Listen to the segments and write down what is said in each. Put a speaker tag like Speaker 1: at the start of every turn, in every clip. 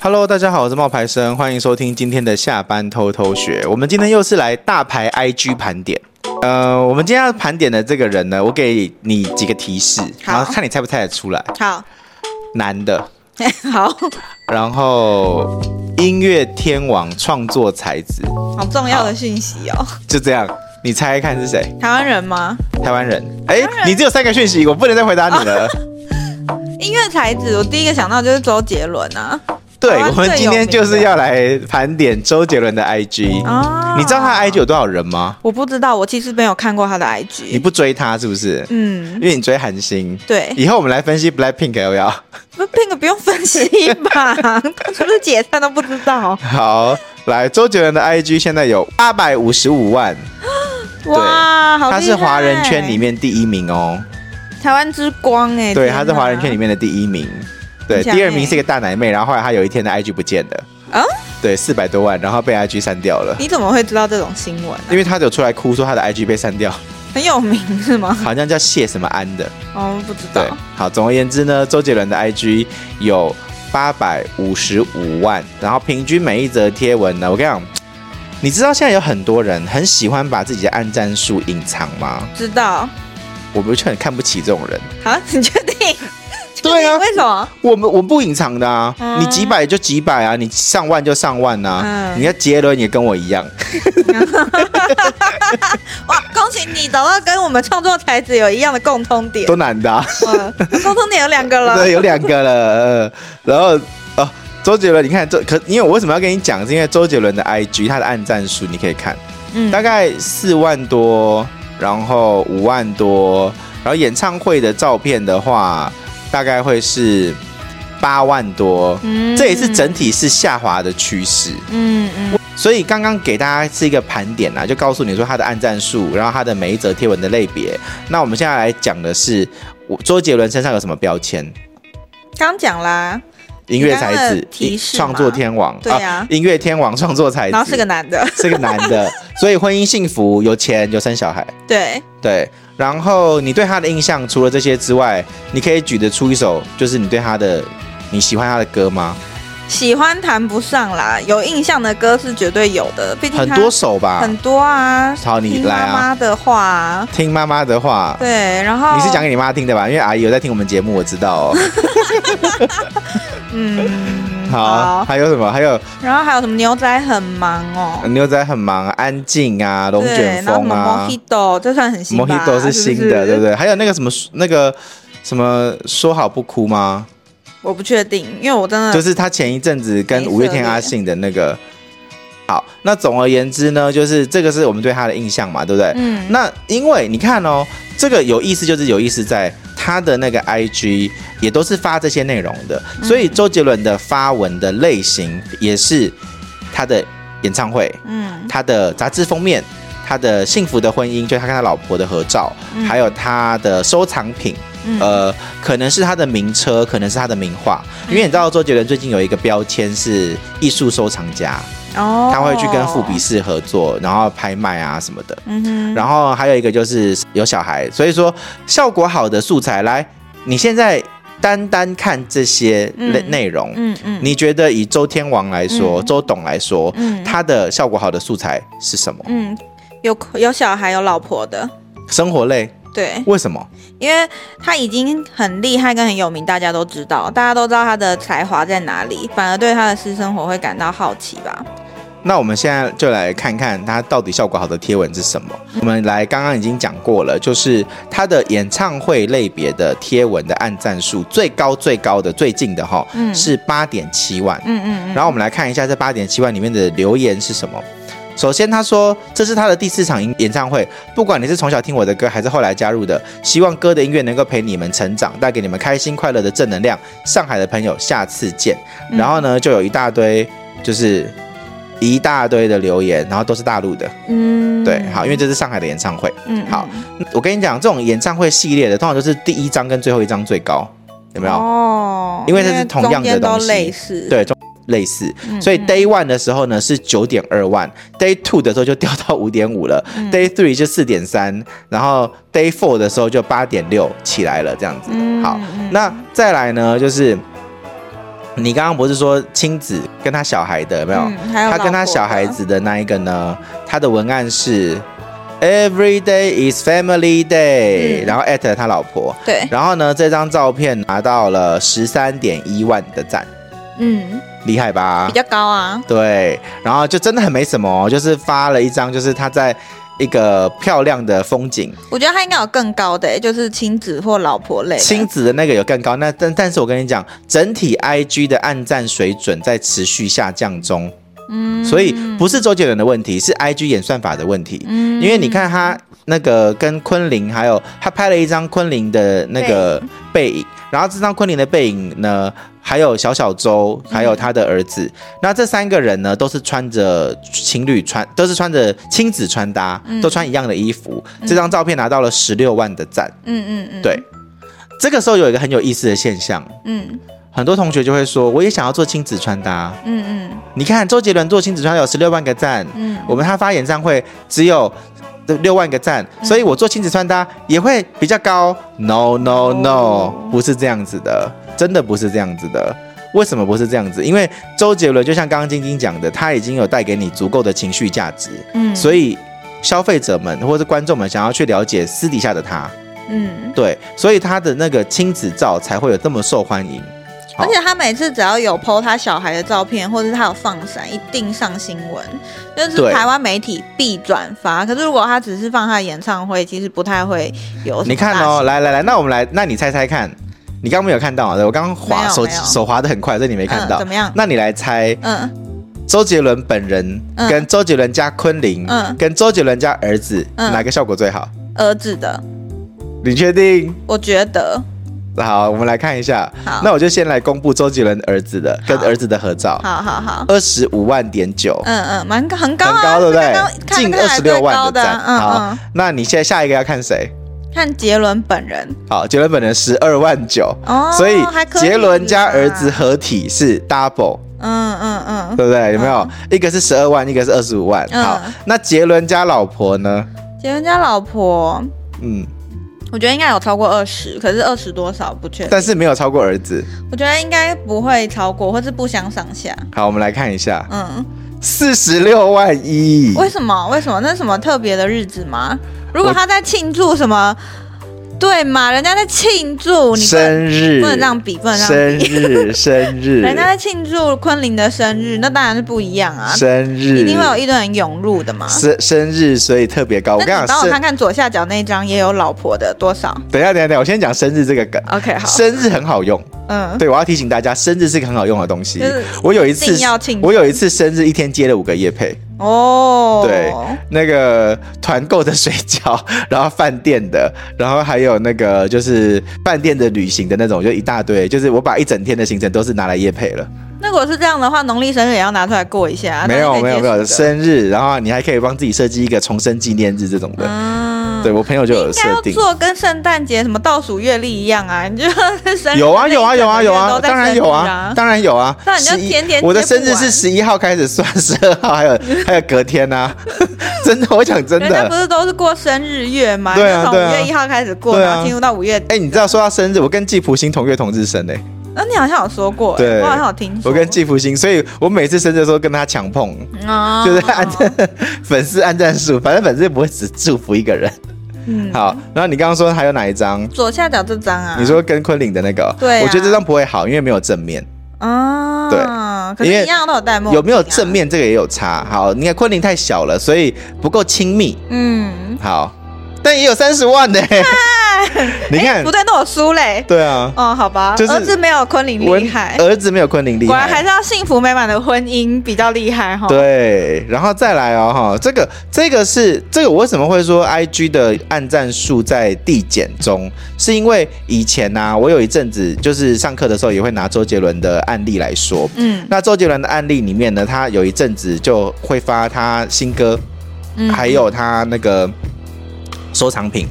Speaker 1: Hello，大家好，我是冒牌生，欢迎收听今天的下班偷偷学。我们今天又是来大牌 IG 盘点。呃，我们今天要盘点的这个人呢，我给你几个提示，
Speaker 2: 好
Speaker 1: 然后看你猜不猜得出来。
Speaker 2: 好，
Speaker 1: 男的，
Speaker 2: 好，
Speaker 1: 然后音乐天王、创作才子，
Speaker 2: 好重要的讯息哦。
Speaker 1: 就这样。你猜猜看是谁？
Speaker 2: 台湾人吗？
Speaker 1: 台湾人。哎
Speaker 2: 台湾，人
Speaker 1: 你只有三个讯息，我不能再回答你 了。
Speaker 2: 音乐才子，我第一个想到就是周杰伦啊。
Speaker 1: 对，
Speaker 2: 台湾
Speaker 1: 我们今天就是要来盘点周杰伦的 IG。
Speaker 2: 啊
Speaker 1: 你知道他的 IG 有多少人吗？
Speaker 2: 我不知道，我其实没有看过他的
Speaker 1: 你
Speaker 2: IG。
Speaker 1: 不追他是不是？
Speaker 2: 嗯，
Speaker 1: 因为你追韩星。
Speaker 2: 对，
Speaker 1: 以后我们来分析 Blackpink 要不要？
Speaker 2: 不 Pink 不用分析吧？他是不是解散都不知道？
Speaker 1: 好，来，周杰伦的 IG 现在有八百五十五万，
Speaker 2: 哇，好厉
Speaker 1: 他
Speaker 2: 害！
Speaker 1: 是华人圈里面第一名哦。
Speaker 2: 台湾之光哎、
Speaker 1: 对，他是华人圈里面
Speaker 2: 面
Speaker 1: 的第一名。对，
Speaker 2: 很强欸哎
Speaker 1: 第二名是一个大奶妹，然后后来他有一天的 IG 不见了，
Speaker 2: 啊？
Speaker 1: 对，四百多万，然后被 IG 删掉了，
Speaker 2: 你怎么会知道这种新闻、啊？
Speaker 1: 因为他有出来哭说他的 IG 被删掉，
Speaker 2: 很有名是吗？
Speaker 1: 好像叫谢什么安的。
Speaker 2: 哦，不知
Speaker 1: 对
Speaker 2: 道。，
Speaker 1: 好，总而言之呢，周杰伦的 IG 有八百五十五万，然后平均每一则贴文呢，我跟你讲，你知道现在有很多人很喜欢把自己的按赞数隐藏吗？
Speaker 2: 知道。
Speaker 1: 我们就很看不起这种人。
Speaker 2: 好，你确定？
Speaker 1: 对啊
Speaker 2: 为什么？
Speaker 1: 我们我不隐藏的啊，
Speaker 2: 嗯
Speaker 1: 你几百就几百啊，你上万就上万啊，
Speaker 2: 嗯
Speaker 1: 你看杰伦也跟我一 样，
Speaker 2: 哇，恭喜你找到跟我们创作才子有一样的共通点
Speaker 1: 多。难的、啊，
Speaker 2: 嗯，共通点有两个了
Speaker 1: 对，。有两个了，呃然后哦，周杰伦，你看这可，因为我为什么要跟你讲，是因为周杰伦的 IG 他的按赞数你可以看。
Speaker 2: 嗯
Speaker 1: 大概四万多，然后五万多，然后演唱会的照片的话，大概会是八万多，
Speaker 2: 嗯
Speaker 1: 这也是整体是下滑的趋势。
Speaker 2: 嗯嗯
Speaker 1: 所以刚刚给大家是一个盘点啊，就告诉你说它的按赞数，然后它的每一则贴文的类别。那我们现在来讲的是，我周杰伦身上有什么标签？
Speaker 2: 刚讲啦，
Speaker 1: 音乐才
Speaker 2: 你刚刚
Speaker 1: 子
Speaker 2: 的、提示嘛
Speaker 1: 创作天王，
Speaker 2: 对啊
Speaker 1: 音乐天王、创作才子，
Speaker 2: 然后是个男的，
Speaker 1: 是个男的，所以婚姻幸福，有钱，有生小孩。
Speaker 2: 对，
Speaker 1: 对，然后你对他的印象除了这些之外，你可以举得出一首就是你对他的你喜欢他的歌吗？
Speaker 2: 喜欢谈不上啦，有印象的歌是绝对有的，毕竟
Speaker 1: 很
Speaker 2: 他
Speaker 1: 多首吧。
Speaker 2: 很多啊。
Speaker 1: 好，你
Speaker 2: 听
Speaker 1: 来
Speaker 2: 妈
Speaker 1: 啊。
Speaker 2: 妈的话啊，
Speaker 1: 听妈妈的话，
Speaker 2: 对，然后
Speaker 1: 你是讲给你妈听的吧？因为阿姨有在听我们节目，我知道哦。
Speaker 2: 嗯
Speaker 1: 好，，啊还有什么？还有
Speaker 2: 然后还有什么牛仔很忙哦，
Speaker 1: 牛仔很忙、安静啊、龙
Speaker 2: 对，
Speaker 1: 卷
Speaker 2: 然后什
Speaker 1: 风啊
Speaker 2: 么 Mojito 这算很新吧
Speaker 1: ，Mojito 是新的，对不？对？还有那个什么那个什么说好不哭吗？
Speaker 2: 我不确定，因为我真的
Speaker 1: 就是他前一阵子跟
Speaker 2: 没
Speaker 1: 五月
Speaker 2: 涉
Speaker 1: 天
Speaker 2: 猎
Speaker 1: 阿信的那个。好，那总而言之呢，就是这个是我们对他的印象嘛，对不对？
Speaker 2: 嗯
Speaker 1: 那因为你看哦，这个有意思就是有意思在他的那个 IG 也都是发这些内容的，所以周杰伦的发文的类型也是他的演唱会、
Speaker 2: 嗯
Speaker 1: 他的杂志封面、他的幸福的婚姻，就是他跟他老婆的合照，
Speaker 2: 嗯
Speaker 1: 还有他的收藏品，
Speaker 2: 嗯
Speaker 1: 呃，可能是他的名车，可能是他的名画，
Speaker 2: 嗯
Speaker 1: 因为你知道周杰伦最近有一个标签是艺术收藏家，
Speaker 2: 哦，
Speaker 1: 他会去跟富比，士合作，然后拍卖啊什么的。
Speaker 2: 嗯哼，
Speaker 1: 然后还有一个就是有小孩，所以说效果好的素材，来，你现在单单看这些
Speaker 2: 嗯
Speaker 1: 内内容，
Speaker 2: 嗯嗯，
Speaker 1: 你觉得以周天王来说，周董来说，
Speaker 2: 嗯
Speaker 1: 他的效果好的素材是什么？
Speaker 2: 嗯，有有小孩有老婆的，
Speaker 1: 生活类？
Speaker 2: 对，
Speaker 1: 为什么？
Speaker 2: 因为他已经很厉害跟很有名，大家都知道，大家都知道他的才华在哪里，反而对他的私生活会感到好奇吧。
Speaker 1: 那我们现在就来看看它到底效果好的贴文是什么。我们来刚刚已经讲过了，就是它的演唱会类别的贴文的按赞数最高最高的最近的哈、
Speaker 2: 嗯
Speaker 1: 是八点七万。
Speaker 2: 嗯嗯嗯，
Speaker 1: 然后我们来看一下这八点七万里面的留言是什么。首先，他说这是他的第四场演唱会，不管你是从小听我的歌，还是后来加入的，希望歌的音乐能够陪你们成长，带给你们开心快乐的正能量。上海的朋友，下次见。
Speaker 2: 嗯
Speaker 1: 然后呢，就有一大堆，就是一大堆的留言，然后都是大陆的，
Speaker 2: 嗯，
Speaker 1: 对，好，因为这是上海的演唱会。
Speaker 2: 嗯，嗯
Speaker 1: 好，我跟你讲，这种演唱会系列的，通常都是第一张跟最后一张最高，有没有？
Speaker 2: 哦，
Speaker 1: 因为这是同样的
Speaker 2: 因为中间
Speaker 1: 东
Speaker 2: 都
Speaker 1: 西
Speaker 2: 类似，
Speaker 1: 对，中类似。
Speaker 2: 嗯，
Speaker 1: 所以
Speaker 2: 嗯
Speaker 1: day one 的时候呢是九点二万，day two 的时候就掉到五点五了、d
Speaker 2: 嗯
Speaker 1: a y three 就四点三，然后 day four 的时候就八点六起来了，这样子。
Speaker 2: 嗯
Speaker 1: 好
Speaker 2: 嗯，
Speaker 1: 那再来呢就是你刚刚不是说亲子跟他小孩的有没有？
Speaker 2: 嗯，还有
Speaker 1: 他跟他
Speaker 2: 老婆
Speaker 1: 小孩
Speaker 2: 的，
Speaker 1: 子的那一个呢，他的文案是 Every day is Family Day，、
Speaker 2: 嗯哎
Speaker 1: 然后 at 了他老婆。
Speaker 2: 对，
Speaker 1: 然后呢，这张照片拿到了十三点一万的赞，
Speaker 2: 嗯，
Speaker 1: 厉害吧
Speaker 2: 比？较高啊，
Speaker 1: 对，然后就真的很没什么哦，就是发了一张，就是他在一个漂亮的风景，
Speaker 2: 我觉得他应该有更高的、欸就是亲子或老婆类的。
Speaker 1: 亲子的那个有更高。那但但是我跟你讲，整体 IG 的按赞水准在持续下降中，
Speaker 2: 嗯
Speaker 1: 所以不是周杰伦的问题，是 IG 演算法的问题。
Speaker 2: 嗯
Speaker 1: 因为你看他那个跟昆凌，还有他拍了一张昆凌的那个背影，然后这张昆凌的背影呢，还有小小周，还有他的儿子，
Speaker 2: 嗯
Speaker 1: 那这三个人呢都是穿着情侣穿，都是穿着亲子穿搭，
Speaker 2: 嗯
Speaker 1: 都穿一样的衣服。这张照片拿到了十六万的赞，
Speaker 2: 嗯嗯嗯，
Speaker 1: 对。这个时候有一个很有意思的现象，
Speaker 2: 嗯
Speaker 1: 很多同学就会说，我也想要做亲子穿搭。
Speaker 2: 嗯嗯
Speaker 1: 你看周杰伦做亲子穿搭有十六万个赞，
Speaker 2: 嗯，
Speaker 1: 我们他发演唱会只有六万个赞，
Speaker 2: 嗯
Speaker 1: 所以我做亲子穿搭也会比较高。No No No，
Speaker 2: 哦
Speaker 1: 不是这样子的，真的不是这样子的。为什么不是这样子？因为周杰伦就像刚刚晶晶讲的，他已经有带给你足够的情绪价值，
Speaker 2: 嗯
Speaker 1: 所以消费者们或是观众们想要去了解私底下的他，
Speaker 2: 嗯，
Speaker 1: 对，所以他的那个亲子照才会有这么受欢迎。好
Speaker 2: 而且他每次只要有 PO 他小孩的照片，或者是他有放闪，一定上新闻，就是
Speaker 1: 对
Speaker 2: 台湾媒体必转发。可是如果他只是放他的演唱会，其实不太会有什么
Speaker 1: 你看
Speaker 2: 大
Speaker 1: 哦，
Speaker 2: 新，
Speaker 1: 来来来，那我们来，那你猜猜看，你刚刚没有看到啊？对我刚刚
Speaker 2: 没
Speaker 1: 滑
Speaker 2: 有
Speaker 1: 手
Speaker 2: 没有
Speaker 1: 手滑的很快，所以你没看
Speaker 2: 嗯
Speaker 1: 到。
Speaker 2: 怎么样
Speaker 1: 那你来猜，
Speaker 2: 嗯
Speaker 1: 周杰伦本人
Speaker 2: 嗯
Speaker 1: 跟周杰伦加昆凌，
Speaker 2: 嗯
Speaker 1: 跟周杰伦加儿子，
Speaker 2: 嗯
Speaker 1: 哪个效果最好？
Speaker 2: 儿子的，
Speaker 1: 你确定？
Speaker 2: 我觉得
Speaker 1: 好，我们来看一下。
Speaker 2: 好，
Speaker 1: 那我就先来公布周杰伦儿子的跟
Speaker 2: 好
Speaker 1: 儿子的合照，
Speaker 2: 好好好，
Speaker 1: 二十五万点九。
Speaker 2: 嗯嗯，蛮高很高
Speaker 1: 很
Speaker 2: 啊，
Speaker 1: 高，对不
Speaker 2: 这个刚
Speaker 1: 对？
Speaker 2: 看
Speaker 1: 近
Speaker 2: 得
Speaker 1: 二
Speaker 2: 来
Speaker 1: 十
Speaker 2: 最
Speaker 1: 六万
Speaker 2: 高
Speaker 1: 的
Speaker 2: 的
Speaker 1: 赞。
Speaker 2: 啊，嗯
Speaker 1: 好，那你现在下一个要看谁？
Speaker 2: 嗯，看杰伦本人
Speaker 1: 好，杰伦本人十二万九，
Speaker 2: 哦，
Speaker 1: 所以
Speaker 2: 还可以
Speaker 1: 杰伦加
Speaker 2: 啦
Speaker 1: 儿子，合体是 double，
Speaker 2: 嗯嗯嗯，
Speaker 1: 对不对？有没有？一个是十二万，一个是二十五万。
Speaker 2: 嗯
Speaker 1: 好，那杰伦加老婆呢？
Speaker 2: 杰伦家老婆，
Speaker 1: 嗯，
Speaker 2: 我觉得应该有超过二十，可是二十多少不确定。
Speaker 1: 但是没有超过儿子。
Speaker 2: 我觉得应该不会超过，或是不相上下。
Speaker 1: 好，我们来看一下，
Speaker 2: 嗯，
Speaker 1: 四十六万一。
Speaker 2: 为什么？为什么？那是什么特别的日子吗？如果他在庆祝什么，对嘛？人家在庆祝，你不能
Speaker 1: 生日
Speaker 2: 不能这样比，不能这
Speaker 1: 生
Speaker 2: 样
Speaker 1: 日生日
Speaker 2: 比。人家在庆祝昆凌的生日，那当然是不一样啊，
Speaker 1: 生日，
Speaker 2: 一定会有一堆人涌入的嘛。
Speaker 1: 生生日，所以特别高。我跟
Speaker 2: 那
Speaker 1: 你
Speaker 2: 你帮
Speaker 1: 讲，
Speaker 2: 我
Speaker 1: 生
Speaker 2: 看看左下角那一张也有老婆的多少
Speaker 1: 等一下等一下等一下，我先讲生日这个梗。
Speaker 2: ？OK，好，
Speaker 1: 生日很好用，
Speaker 2: 嗯，
Speaker 1: 对我要提醒大家，生日是一个很好用的东西
Speaker 2: 就是。
Speaker 1: 我有一
Speaker 2: 一
Speaker 1: 次
Speaker 2: 定要庆，祝
Speaker 1: 我有一次生日一天接了五个夜配。
Speaker 2: 哦，
Speaker 1: 对，那个团购的水饺，然后饭店的，然后还有那个就是饭店的旅行的那种，就一大堆，就是我把一整天的行程都是拿来夜配了。
Speaker 2: 那如果是这样的话，农历生日也要拿出来过一下，
Speaker 1: 没
Speaker 2: 啊那
Speaker 1: 有
Speaker 2: 是可
Speaker 1: 没
Speaker 2: 以
Speaker 1: 有没有，
Speaker 2: 接受的
Speaker 1: 生日，然后你还可以帮自己设计一个重生纪念日这种的。
Speaker 2: 嗯，
Speaker 1: 对我朋友就有
Speaker 2: 应该
Speaker 1: 设
Speaker 2: 要
Speaker 1: 定。
Speaker 2: 做跟圣诞节什么倒数月历一样啊， 你就生日
Speaker 1: 有啊
Speaker 2: 那一
Speaker 1: 有啊有啊有
Speaker 2: 整个月
Speaker 1: 啊，
Speaker 2: 都在
Speaker 1: 当然
Speaker 2: 生
Speaker 1: 有
Speaker 2: 日
Speaker 1: 啊
Speaker 2: 啊，，
Speaker 1: 当然有啊。
Speaker 2: 那你就
Speaker 1: 11
Speaker 2: 天天
Speaker 1: 我的
Speaker 2: 接
Speaker 1: 生
Speaker 2: 不
Speaker 1: 日是
Speaker 2: 完
Speaker 1: 十一号开始算，十二号还有还有隔天呐， 真的，我讲真
Speaker 2: 人家不
Speaker 1: 的。
Speaker 2: 是都是过生日月吗？
Speaker 1: 对啊
Speaker 2: 就从
Speaker 1: 对啊
Speaker 2: 五月一号开始过，
Speaker 1: 对啊
Speaker 2: 然后进入到五月底。
Speaker 1: 哎，你知道说到生日，我跟季普星同月同日生哎。
Speaker 2: 那、呃你好像有说过、
Speaker 1: 对
Speaker 2: 我好像有听说。
Speaker 1: 我跟季福星，所以我每次生日的时候跟他强碰，
Speaker 2: 哦
Speaker 1: 就是按赞、 粉丝按赞数，反正粉丝不会只祝福一个人。
Speaker 2: 嗯，
Speaker 1: 好，然后你刚刚说还有哪一张？
Speaker 2: 左下角这张啊，
Speaker 1: 你说跟昆凌的那个哦，
Speaker 2: 对啊
Speaker 1: 我觉得这张不会好，因为没有正面，
Speaker 2: 啊，对可
Speaker 1: 因为
Speaker 2: 是一样都有戴墨、啊
Speaker 1: 有没有正？面这个也有差。好，你看昆凌太小了，所以不够亲密。
Speaker 2: 嗯，
Speaker 1: 好，但也有三十万呢、你看
Speaker 2: 哎不，对，那我输嘞。
Speaker 1: 对啊，
Speaker 2: 哦，好吧，
Speaker 1: 就是
Speaker 2: 儿子没有昆凌
Speaker 1: 我
Speaker 2: 厉害，
Speaker 1: 儿子没有昆凌厉
Speaker 2: 果然还
Speaker 1: 害。
Speaker 2: 是要幸福美满的婚姻比较厉害哈。，
Speaker 1: 对，然后再来哦，哈，这个这个是这个我为什么会说 I G 的按赞数在递减中，是因为以前呢、啊我有一阵子就是上课的时候也会拿周杰伦的案例来说。
Speaker 2: 嗯
Speaker 1: 那周杰伦的案例里面呢，他有一阵子就会发他新歌，
Speaker 2: 嗯，
Speaker 1: 还有他那个收藏品。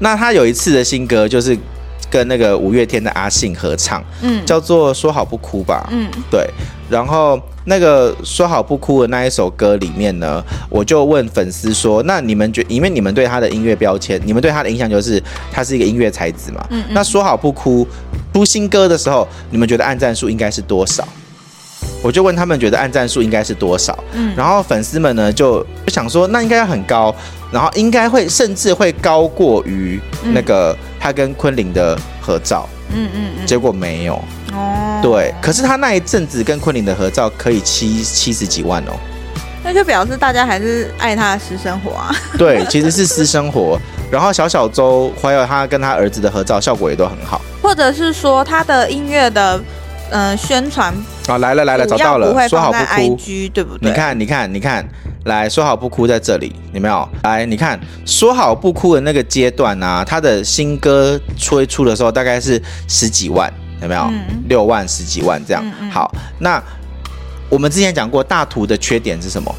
Speaker 1: 那他有一次的新歌就是跟那个五月天的阿信合唱，
Speaker 2: 嗯
Speaker 1: 叫做《说好不哭》吧。
Speaker 2: 嗯
Speaker 1: 对，然后那个说好不哭的那一首歌里面呢，我就问粉丝说：“那你们觉，因为你们对他的音乐标签，你们对他的印象就是他是一个音乐才子嘛？
Speaker 2: 嗯嗯
Speaker 1: 那说好不哭，出新歌的时候，你们觉得按赞数应该是多少？我就问他们觉得按赞数应该是多少，
Speaker 2: 嗯，
Speaker 1: 然后粉丝们呢就就想说那应该要很高，然后应该会甚至会高过于那个他跟昆凌的合照，
Speaker 2: 嗯嗯
Speaker 1: 结果没有。
Speaker 2: 嗯，哦，
Speaker 1: 对，可是他那一阵子跟昆凌的合照可以七七十几万哦。
Speaker 2: 那就表示大家还是爱他的私生活啊。
Speaker 1: 对，其实是私生活。然后小小周还有他跟他儿子的合照效果也都很好。
Speaker 2: 或者是说他的音乐的呃宣传
Speaker 1: 啊，来了来了，找
Speaker 2: 主
Speaker 1: 到
Speaker 2: 要不
Speaker 1: 了，
Speaker 2: 会
Speaker 1: 说好
Speaker 2: 放
Speaker 1: 不
Speaker 2: 在
Speaker 1: 哭。
Speaker 2: IG 对不对？
Speaker 1: 你看，你看，你看，来说好不哭在这里，有没有？来，你看说好不哭的那个阶段啊，他的新歌推出的时候大概是十几万，有没有
Speaker 2: 嗯？
Speaker 1: 六、万、十几万这样。
Speaker 2: 嗯嗯
Speaker 1: 好，那我们之前讲过大图的缺点是什么？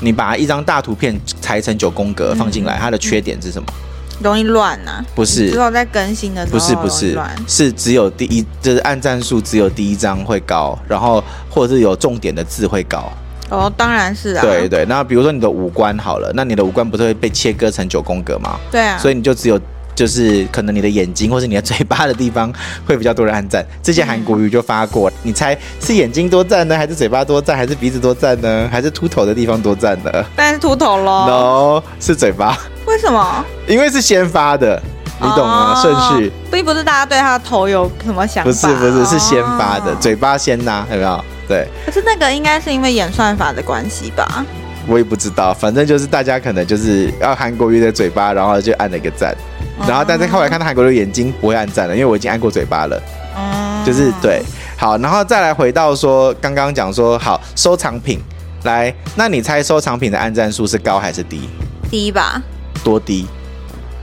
Speaker 1: 你把一张大图片裁成九宫格放进来，它的缺点是什么？
Speaker 2: 嗯容易乱呐、
Speaker 1: 不是
Speaker 2: 之，后在更新的时
Speaker 1: 不
Speaker 2: 候
Speaker 1: 是不
Speaker 2: 容易
Speaker 1: 是
Speaker 2: 乱，
Speaker 1: 是只有第一，就是按战术只有第一张会高，然后或者是有重点的字会高。
Speaker 2: 哦，当然是啊，
Speaker 1: 对对，那比如说你的五官好了，那你的五官不是会被切割成九宫格吗？
Speaker 2: 对啊，
Speaker 1: 所
Speaker 2: 以
Speaker 1: 以你就只有就是可能你的眼睛或是你的嘴巴的地方会比较多人按赞。之前韩国瑜就发过，你猜是眼睛多赞呢，还是嘴巴多赞，还是鼻子多赞呢，还是秃头的地方多赞呢、
Speaker 2: 但是秃头喽
Speaker 1: n o 是嘴巴，
Speaker 2: 为什么？
Speaker 1: 因为是先发的，你懂吗？
Speaker 2: 哦
Speaker 1: 顺序。
Speaker 2: 并不是大家对他的头有什么想法，
Speaker 1: 不是不是，是先发的，
Speaker 2: 哦
Speaker 1: 嘴巴先呐、有没有？对
Speaker 2: 可是那个应该是因为演算法的关系吧？
Speaker 1: 我也不知道，反正就是大家可能就是要韩国瑜的嘴巴，然后就按了一个赞，
Speaker 2: 哦
Speaker 1: 然后但是后来看到韩国瑜的眼睛不会按赞了，因为我已经按过嘴巴了，
Speaker 2: 嗯
Speaker 1: 就是对，好，然后再来回到说刚刚讲说好收藏品，来，那你猜收藏品的按赞数是高还是低？
Speaker 2: 低吧，
Speaker 1: 多低？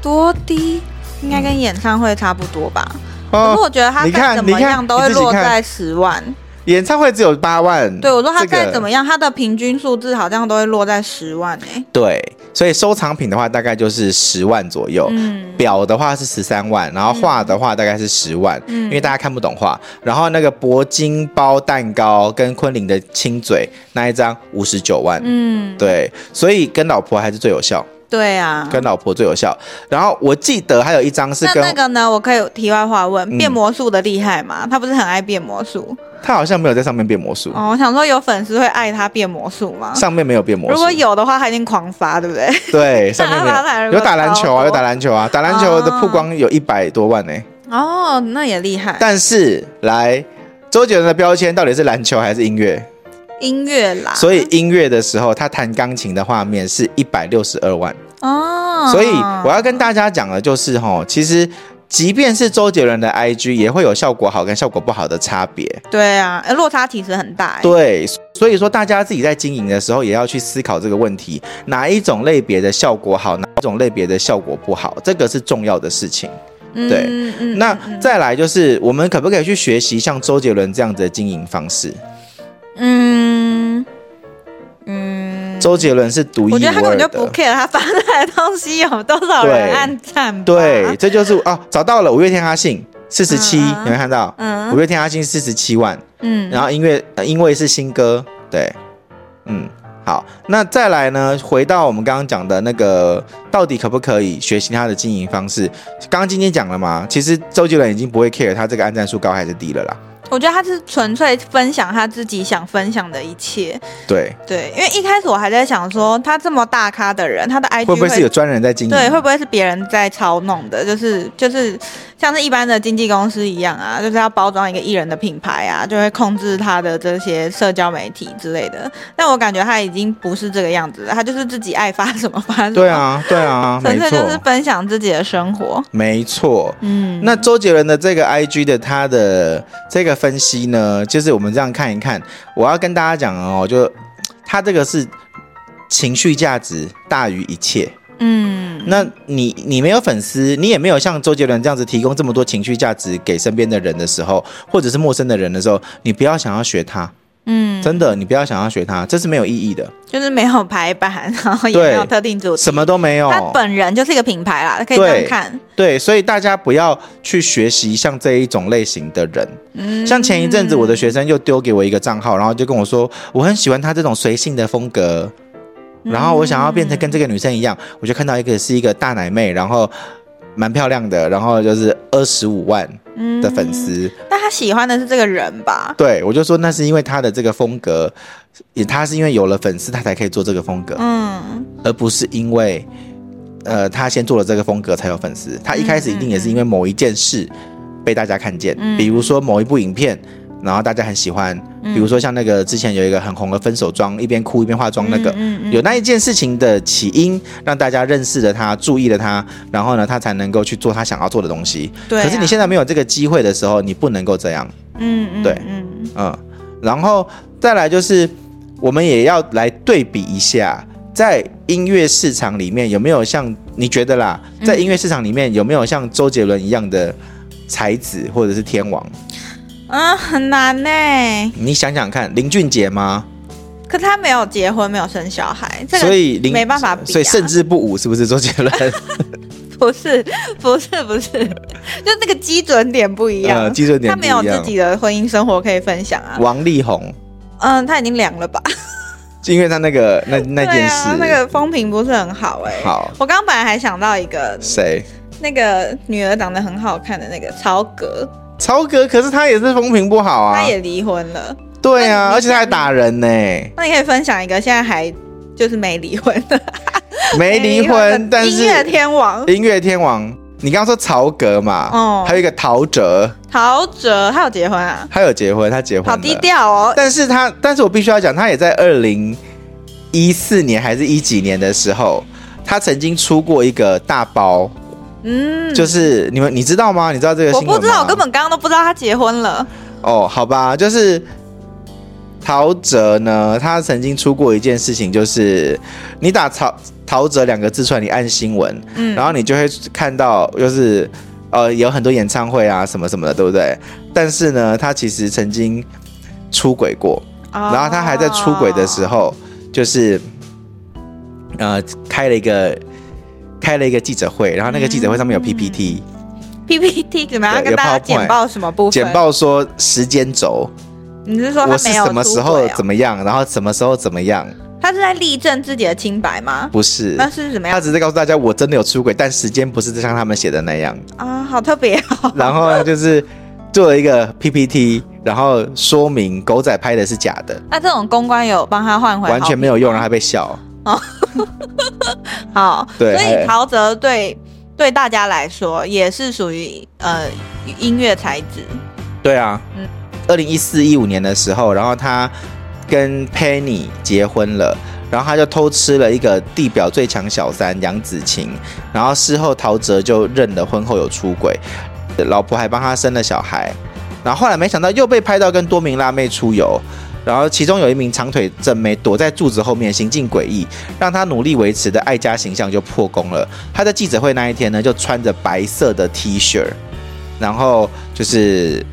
Speaker 2: 多低，应该跟演唱会差不多吧？可是
Speaker 1: 哦，
Speaker 2: 我觉得他
Speaker 1: 你看
Speaker 2: 再怎么
Speaker 1: 你
Speaker 2: 样
Speaker 1: 看
Speaker 2: 都会
Speaker 1: 你自己
Speaker 2: 落
Speaker 1: 看
Speaker 2: 在十万。
Speaker 1: 演唱会只有八万，
Speaker 2: 对，我说他再
Speaker 1: 这个
Speaker 2: 怎么样，他的平均数字好像都会落在十万欸诶、
Speaker 1: 对，所以收藏品的话大概就是十万左右，
Speaker 2: 嗯，
Speaker 1: 表的话是十三万，然后画的话大概是十万，
Speaker 2: 嗯
Speaker 1: 因为大家看不懂画。然后那个铂金包蛋糕跟昆凌的亲嘴那一张五十九万，
Speaker 2: 嗯，
Speaker 1: 对，所以跟老婆还是最有效，
Speaker 2: 对啊。
Speaker 1: 跟老婆最有效。然后我记得还有一张是
Speaker 2: 那
Speaker 1: 跟
Speaker 2: 那个呢？我可以题外话问，
Speaker 1: 嗯
Speaker 2: 变魔术的厉害吗？他不是很爱变魔术
Speaker 1: 他好像没有在上面变魔术，
Speaker 2: 哦。我想说，有粉丝会爱他变魔术吗？
Speaker 1: 上面没有变魔
Speaker 2: 如
Speaker 1: 术
Speaker 2: 果，有的话，他一定狂发，对不对？
Speaker 1: 对，上面没
Speaker 2: 打篮
Speaker 1: 有。
Speaker 2: 球
Speaker 1: 有打篮球啊，
Speaker 2: 高
Speaker 1: 有打篮球啊，打篮球的
Speaker 2: 哦
Speaker 1: 曝光有一百多万呢、
Speaker 2: 哦，那也厉害。
Speaker 1: 但是来，周杰伦的标签到底是篮球还是音乐？
Speaker 2: 音乐啦，
Speaker 1: 所以音乐的时候，他弹钢琴的画面是一百六十二万。
Speaker 2: 哦，
Speaker 1: 所以我要跟大家讲的就是，吼，其实即便是周杰伦的 IG，也会有效果好跟效果不好的差别。
Speaker 2: 对啊，呃落差其实很大、欸。
Speaker 1: 对，所以说大家自己在经营的时候，也要去思考这个问题，哪一种类别的效果好，哪一种类别的效果不好，这个是重要的事情。
Speaker 2: 嗯，
Speaker 1: 对
Speaker 2: 嗯嗯
Speaker 1: 那
Speaker 2: 嗯
Speaker 1: 再来就是，我们可不可以去学习像周杰伦这样子的经营方式？
Speaker 2: 嗯嗯，
Speaker 1: 周杰伦是独一无
Speaker 2: 我
Speaker 1: 二的。
Speaker 2: 觉得他根本就不 care 他发出来的东西有多少人按赞吧。
Speaker 1: 对，，这就是啊，找到了五月天阿信四十七，
Speaker 2: 嗯
Speaker 1: 有没有看到？五
Speaker 2: 嗯
Speaker 1: 月天阿信四十七万，
Speaker 2: 嗯，
Speaker 1: 然后音乐、呃因为是新歌，对，嗯，好，那再来呢，回到我们刚刚讲的那个，到底可不可以学习他的经营方式？刚刚今天讲了嘛，其实周杰伦已经不会 care 他这个按赞数高还是低了啦，
Speaker 2: 我觉得他是纯粹分享他自己想分享的一切。
Speaker 1: 对，
Speaker 2: 对，因为一开始我还在想说，他这么大咖的人，他的 IG
Speaker 1: 会不会是有专人在经营？
Speaker 2: 对，会不会是别人在操弄的？就是就是像是一般的经纪公司一样啊，就是要包装一个艺人的品牌啊，就会控制他的这些社交媒体之类的。但我感觉他已经不是这个样子了，他就是自己爱发什么发什么，
Speaker 1: 对，啊，对啊，没
Speaker 2: 纯粹就是
Speaker 1: 错，
Speaker 2: 分享自己的生活。
Speaker 1: 没错。
Speaker 2: 嗯，
Speaker 1: 那周杰伦的这个 IG 的他的这个分析呢，就是我们这样看一看。我要跟大家讲哦，就他这个是情绪价值大于一切。
Speaker 2: 嗯
Speaker 1: 那你你没有粉丝，你也没有像周杰伦这样子提供这么多情绪价值给身边的人的时候，或者是陌生的人的时候，你不要想要学他，
Speaker 2: 嗯，
Speaker 1: 真的，你不要想要学他，这是没有意义的，
Speaker 2: 就是没有排版，然后也
Speaker 1: 对
Speaker 2: 没有特定主题，
Speaker 1: 什么都哦没有。
Speaker 2: 他本人就是一个品牌啦，可以这
Speaker 1: 对
Speaker 2: 样看。
Speaker 1: 对，所以大家不要去学习像这一种类型的人。
Speaker 2: 嗯，
Speaker 1: 像前一阵子，我的学生又丢给我一个账号，然后就跟我说，我很喜欢他这种随性的风格，
Speaker 2: 嗯
Speaker 1: 然后我想要变成跟这个女生一样，我就看到一个是一个大奶妹，然后蛮漂亮的，然后就是二十五万
Speaker 2: 嗯
Speaker 1: 的粉，丝。
Speaker 2: 但他喜欢的是这个人吧？
Speaker 1: 对我就说那是因为他的这个风格，也他是因为有了粉丝，他才可以做这个风格，
Speaker 2: 嗯，
Speaker 1: 而不是因为呃他先做了这个风格才有粉丝。他一开始一定也是因为某一件事被大家看见，
Speaker 2: 嗯
Speaker 1: 比如说某一部影片。然后大家很喜欢，比如说像那个之前有一个很红的分手妆，一边哭一边化妆那个，
Speaker 2: 嗯嗯嗯
Speaker 1: 有那一件事情的起因，让大家认识了他，注意了他，然后呢，他才能够去做他想要做的东西。
Speaker 2: 对啊，
Speaker 1: 可是你现在没有这个机会的时候，你不能够这样，
Speaker 2: 嗯嗯
Speaker 1: 对
Speaker 2: 嗯
Speaker 1: 嗯。然后再来就是，我们也要来对比一下，在音乐市场里面有没有像你觉得啦，
Speaker 2: 嗯
Speaker 1: 在音乐市场里面有没有像周杰伦一样的才子或者是天王？
Speaker 2: 嗯很难呢、
Speaker 1: 你想想看，林俊杰吗？
Speaker 2: 可他没有结婚，没有生小孩，这个
Speaker 1: 所以林
Speaker 2: 没办法比啊
Speaker 1: 所以甚至不武是不是周杰伦？
Speaker 2: 不是不是不是，就那个基准点 不一样。
Speaker 1: 呃，基准点
Speaker 2: 他没有
Speaker 1: 不一样
Speaker 2: 自己的婚姻生活可以分享啊，
Speaker 1: 王力宏。
Speaker 2: 嗯，他已经凉了吧？
Speaker 1: 就因为他那个那那件事，
Speaker 2: 对啊、那个风评不是很好哎、
Speaker 1: 好
Speaker 2: 我刚刚本来还想到一个，
Speaker 1: 谁？
Speaker 2: 那个女儿长得很好看的那个曹格，
Speaker 1: 超哥，可是他也是风评不好啊，
Speaker 2: 她也离婚了。
Speaker 1: 对啊，
Speaker 2: 那你
Speaker 1: 而且他还打人呢、
Speaker 2: 那你可以分享一个现在还就是没离婚的，
Speaker 1: 没离 婚，但
Speaker 2: 音乐
Speaker 1: 是
Speaker 2: 天王
Speaker 1: 音乐天王，你刚刚说曹格嘛，
Speaker 2: 哦
Speaker 1: 还有一个陶喆，
Speaker 2: 陶喆，他有结婚啊？
Speaker 1: 他有结婚，他结婚
Speaker 2: 好
Speaker 1: 了，
Speaker 2: 低调哦。
Speaker 1: 但是他，但是我必须要讲，他也在二零一四年还是一几年的时候，他曾经出过一个大包，
Speaker 2: 嗯，
Speaker 1: 就是你们你知道吗？你知道这个
Speaker 2: 我
Speaker 1: 新闻吗？
Speaker 2: 不知道，我根本刚刚都不知道他结婚了。
Speaker 1: 哦，好吧，就是陶喆呢，他曾经出过一件事情，就是你打陶陶喆两个字出来，你按新闻，
Speaker 2: 嗯，
Speaker 1: 然后你就会看到，就是呃有很多演唱会啊什么什么的，对不对？但是呢，他其实曾经出轨过，
Speaker 2: 啊
Speaker 1: 然后他还在出轨的时
Speaker 2: 候，
Speaker 1: 候，就是呃开了一个开了一个记者会，然后那个记者会上面有 PPT、
Speaker 2: PPT 怎么样
Speaker 1: 对
Speaker 2: 跟大家
Speaker 1: 有 PowerPoint
Speaker 2: 简报什么部分？
Speaker 1: 简，报说时间轴。
Speaker 2: 你是说
Speaker 1: 我
Speaker 2: 他
Speaker 1: 是
Speaker 2: 没有啊
Speaker 1: 什么时候
Speaker 2: 出
Speaker 1: 怎
Speaker 2: 轨哦
Speaker 1: 么样，然后什么时候怎么样，
Speaker 2: 他是在力证自己的清白吗？
Speaker 1: 不是。
Speaker 2: 那是怎么
Speaker 1: 他
Speaker 2: 样
Speaker 1: 只是告诉大家，我真的有出轨，但时间不是像他们写的那样。
Speaker 2: 啊？好特别哦。
Speaker 1: 然后呢，就是做了一个 PPT，然后说明狗仔拍的是假 的，
Speaker 2: 那这种公关有帮他换回
Speaker 1: 完全没有用，让啊他被笑。
Speaker 2: 好，
Speaker 1: 对
Speaker 2: 所
Speaker 1: 还
Speaker 2: 以陶喆对对大家来说也是属于呃音乐才子，
Speaker 1: 对啊
Speaker 2: 嗯，
Speaker 1: 二零一四一五年的时候，然后他跟 Penny 结婚了，然后他就偷吃了一个地表最强小三杨紫晴，然后事后陶喆就认了婚后有出轨，老婆还帮他生了小孩，然后后来没想到又被拍到跟多名辣妹出游。然后其中有一名长腿正妹躲在柱子后面，行径诡异，让他努力维持的爱家形象就破功了。他在记者会那一天呢，就穿着白色的 T 恤，然后就是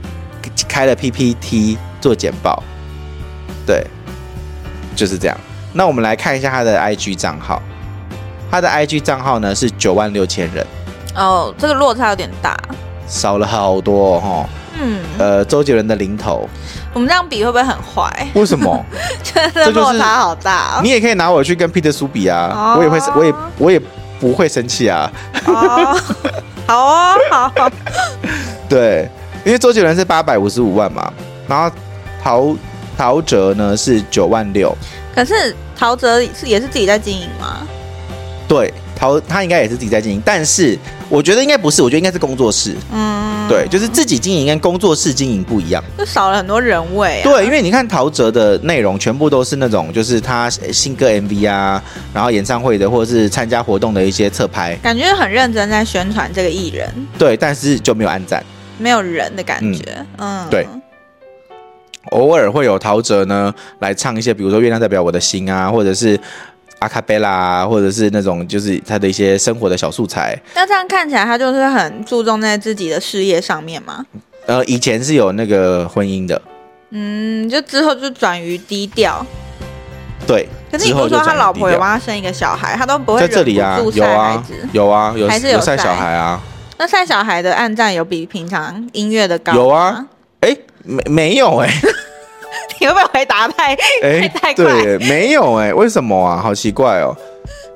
Speaker 1: 开了 PPT 做简报，对，就是这样。那我们来看一下他的 IG 账号，他的 IG 账号呢是九万六千人，
Speaker 2: 哦，这个落差有点大。
Speaker 1: 少了好多哦。
Speaker 2: 嗯，
Speaker 1: 呃，周杰伦的零头，
Speaker 2: 我们这样比会不会很坏？
Speaker 1: 为什么？
Speaker 2: 真
Speaker 1: 这
Speaker 2: 的
Speaker 1: 就是
Speaker 2: 落差好大、哦。
Speaker 1: 你也可以拿我去跟 Peter 苏比啊，
Speaker 2: 哦
Speaker 1: 我也会，我也，我也不会生气啊。
Speaker 2: 哦，好哦，好，
Speaker 1: 对，因为周杰伦是八百五十五万嘛，然后陶陶喆呢是九万六，
Speaker 2: 可是陶喆是也是自己在经营吗？
Speaker 1: 对，陶他应该也是自己在经营，但是我觉得应该不是，我觉得应该是工作室。
Speaker 2: 嗯，
Speaker 1: 对，就是自己经营跟工作室经营不一样。
Speaker 2: 就少了很多人味、啊。
Speaker 1: 对，因为你看陶喆的内容全部都是那种，就是他新歌 MV 啊，然后演唱会的或者是参加活动的一些侧拍，
Speaker 2: 感觉很认真在宣传这个艺人，
Speaker 1: 对，但是就没有按赞。
Speaker 2: 没有人的感觉。嗯，
Speaker 1: 对偶尔会有陶喆呢来唱一些，比如说《月亮代表我的心》啊，或者是阿卡贝拉啊，或者是那种就是他的一些生活的小素材。
Speaker 2: 那这样看起来，他就是很注重在自己的事业上面嘛。
Speaker 1: 呃，以前是有那个婚姻的，
Speaker 2: 嗯，就之后就转于低调。
Speaker 1: 对。
Speaker 2: 可是你
Speaker 1: 之
Speaker 2: 不
Speaker 1: 后
Speaker 2: 是
Speaker 1: 就
Speaker 2: 说他
Speaker 1: 转移
Speaker 2: 老
Speaker 1: 低
Speaker 2: 婆
Speaker 1: 调
Speaker 2: 有帮他生一个小孩，他都不会
Speaker 1: 在这里啊
Speaker 2: 忍不，住
Speaker 1: 有
Speaker 2: 晒孩
Speaker 1: 啊
Speaker 2: 子，
Speaker 1: 有啊，有
Speaker 2: 还是有
Speaker 1: 晒
Speaker 2: 晒
Speaker 1: 小孩啊，
Speaker 2: 那晒小孩的暗赞有比平常音乐的高？
Speaker 1: 有啊，哎，没没有哎、
Speaker 2: 你会不会回答太？
Speaker 1: 哎、
Speaker 2: 太快
Speaker 1: 对，没有哎、为什么啊？好奇怪哦。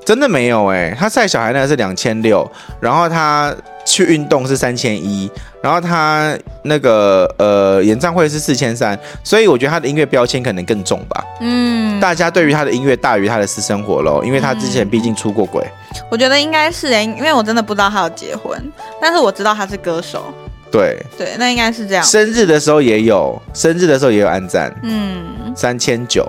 Speaker 1: 真的没有哎、他晒小孩那个是两千六，然后他去运动是三千一，然后他那个呃演唱会是四千三，所以我觉得他的音乐标签可能更重吧。
Speaker 2: 嗯，
Speaker 1: 大家对于他的音乐大于他的私生活喽，因为他之前毕竟出过轨。
Speaker 2: 我觉得应该是哎、因为我真的不知道他有结婚，但是我知道他是歌手，
Speaker 1: 对，
Speaker 2: 对，那应该是这样。
Speaker 1: 生日的时候也有，生日的时候也有按赞，
Speaker 2: 嗯，
Speaker 1: 三千九，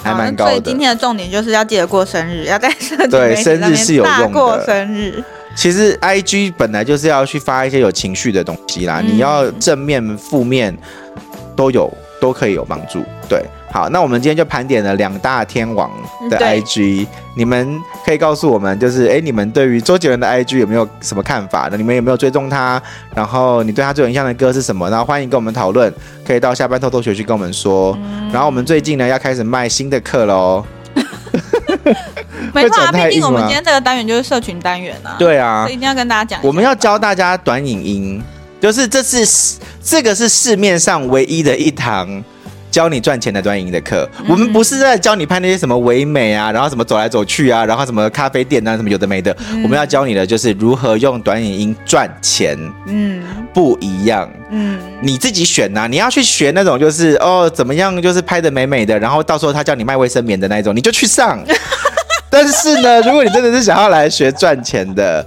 Speaker 1: 还蛮
Speaker 2: 好
Speaker 1: 高
Speaker 2: 所以
Speaker 1: 的
Speaker 2: 今。天的重点就是要记得过生日，要在社群
Speaker 1: 对
Speaker 2: 媒体上面
Speaker 1: 生日是有用的
Speaker 2: 大过生日，
Speaker 1: 其实 I G 本来就是要去发一些有情绪的东西啦，
Speaker 2: 嗯
Speaker 1: 你要正面、负面都有，都可以有帮助。对，好，那我们今天就盘点了两大天王的
Speaker 2: 嗯对
Speaker 1: I G，你们可以告诉我们，就是哎，诶你们对于周杰伦的 I G 有没有什么看法呢？你们有没有追踪他？然后你对他最有印象的歌是什么？然后欢迎跟我们讨论，可以到下班偷偷学去跟我们说。
Speaker 2: 嗯
Speaker 1: 然后我们最近呢要开始卖新的课喽。
Speaker 2: 没办
Speaker 1: 会
Speaker 2: 法，
Speaker 1: 转太
Speaker 2: 毕竟我
Speaker 1: 硬
Speaker 2: 们
Speaker 1: 吗
Speaker 2: 今天这个单元就是社群单元啊，，
Speaker 1: 对啊，
Speaker 2: 所以一定要跟大家讲一下。
Speaker 1: 我们要教大家短影音，就是这是市这个是市面上唯一的一堂教你赚钱的短影音的课。我们不是在教你拍那些什么唯美啊，然后什么走来走去啊，然后什么咖啡店啊，什么有的没的。我们要教你的就是如何用短影音赚钱，
Speaker 2: 嗯
Speaker 1: 不一样。
Speaker 2: 嗯，
Speaker 1: 你自己选呐、你要去学那种就是哦怎么样，就是拍的美美的，然后到时候他叫你卖卫生棉的那一种，你就去 上。但是呢，如果你真的是想要来学赚钱的，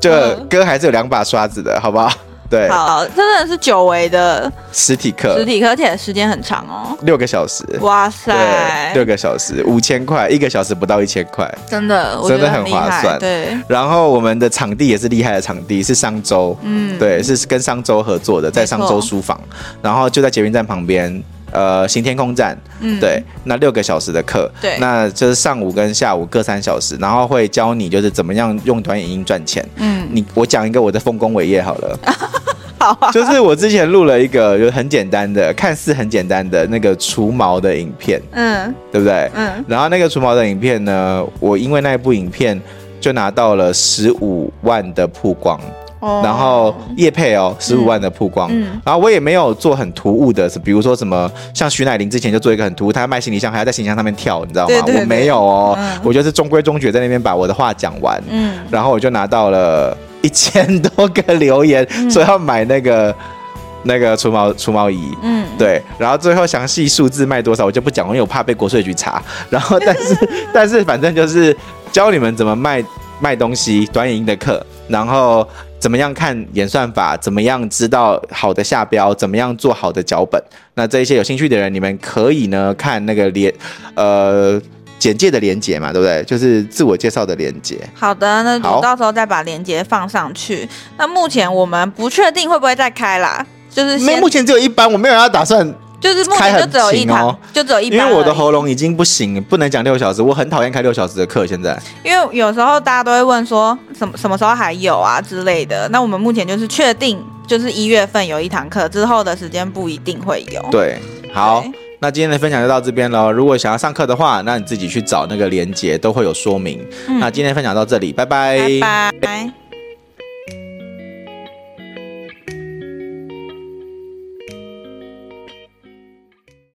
Speaker 1: 这
Speaker 2: 嗯
Speaker 1: 哥还是有两把刷子的，好不好？对，
Speaker 2: 好，真的是久违的
Speaker 1: 实体
Speaker 2: 实
Speaker 1: 课
Speaker 2: 体课，而且时间很长哦。
Speaker 1: 六个小时，
Speaker 2: 哇
Speaker 1: 对，
Speaker 2: 塞，
Speaker 1: 六个小时五千块，一个小时不到一千块。
Speaker 2: 真的，我觉
Speaker 1: 真的
Speaker 2: 得
Speaker 1: 很
Speaker 2: 厉
Speaker 1: 划
Speaker 2: 害
Speaker 1: 算
Speaker 2: 对，
Speaker 1: 然后我们的场地也是厉害的场地，是商周，
Speaker 2: 嗯，
Speaker 1: 对，是跟商周合作的，在
Speaker 2: 没错
Speaker 1: 商周书房，然后就在捷运站旁边，呃，行天空站，
Speaker 2: 嗯
Speaker 1: 对，，那六个小时的课，
Speaker 2: 对
Speaker 1: 那就是上午跟下午各三小时，然后会教你就是怎么样用短影音赚钱。
Speaker 2: 嗯，
Speaker 1: 你我讲一个我的丰功伟业好了，
Speaker 2: 好啊，
Speaker 1: 就是我之前录了一个就是很简单的，看似很简单的那个除毛的影片，
Speaker 2: 嗯
Speaker 1: 对不对？
Speaker 2: 嗯，
Speaker 1: 然后那个除毛的影片呢，我因为那一部影片就拿到了十五万的曝光，
Speaker 2: 哦
Speaker 1: 然后叶配哦，十五万的曝光。
Speaker 2: 嗯
Speaker 1: 然后我也没有做很突兀的，是比如说什么，像徐乃麟之前就做一个很突兀，他卖行李箱还要在行李箱上面跳，你知道吗？
Speaker 2: 对对对
Speaker 1: 我没有哦，
Speaker 2: 嗯
Speaker 1: 我就是中规中矩在那边把我的话讲完，
Speaker 2: 嗯，
Speaker 1: 然后我就拿到了一千多个留言，
Speaker 2: 嗯
Speaker 1: 说要买那个那个除毛除毛仪。
Speaker 2: 嗯，
Speaker 1: 对，然后最后详细数字卖多少我就不讲，因为我怕被国税局查。 然后，但是但是反正就是教你们怎么卖卖东西，短影音的课，然后怎么样看演算法，怎么样知道好的下标，怎么样做好的脚本。那这一些有兴趣的人，你们可以呢看那个连呃简介的连接嘛，对不对？就是自我介绍的连接。
Speaker 2: 好的，那
Speaker 1: 好
Speaker 2: 我到时候再把链接放上去。那目前我们不确定会不会再开啦，就是
Speaker 1: 没，
Speaker 2: 先
Speaker 1: 目前只有一班，我没有要打算
Speaker 2: 就是目
Speaker 1: 开
Speaker 2: 前
Speaker 1: 很
Speaker 2: 就只有一
Speaker 1: 勤哦
Speaker 2: 堂，就只有一
Speaker 1: 因
Speaker 2: 班而已，
Speaker 1: 为我的喉咙已经不行，不能讲六小时，我很讨厌开六小时的课。现在
Speaker 2: 因为有时候大家都会问说什么什么时候还有啊之类的，那我们目前就是确定就是一月份有一堂课，之后的时间不一定会有。
Speaker 1: 对，好
Speaker 2: 对，
Speaker 1: 那今天的分享就到这边喽。如果想要上课的话，嗯那你自己去找那个连接，都会有说明。那今天分享到这里，拜
Speaker 2: 拜拜。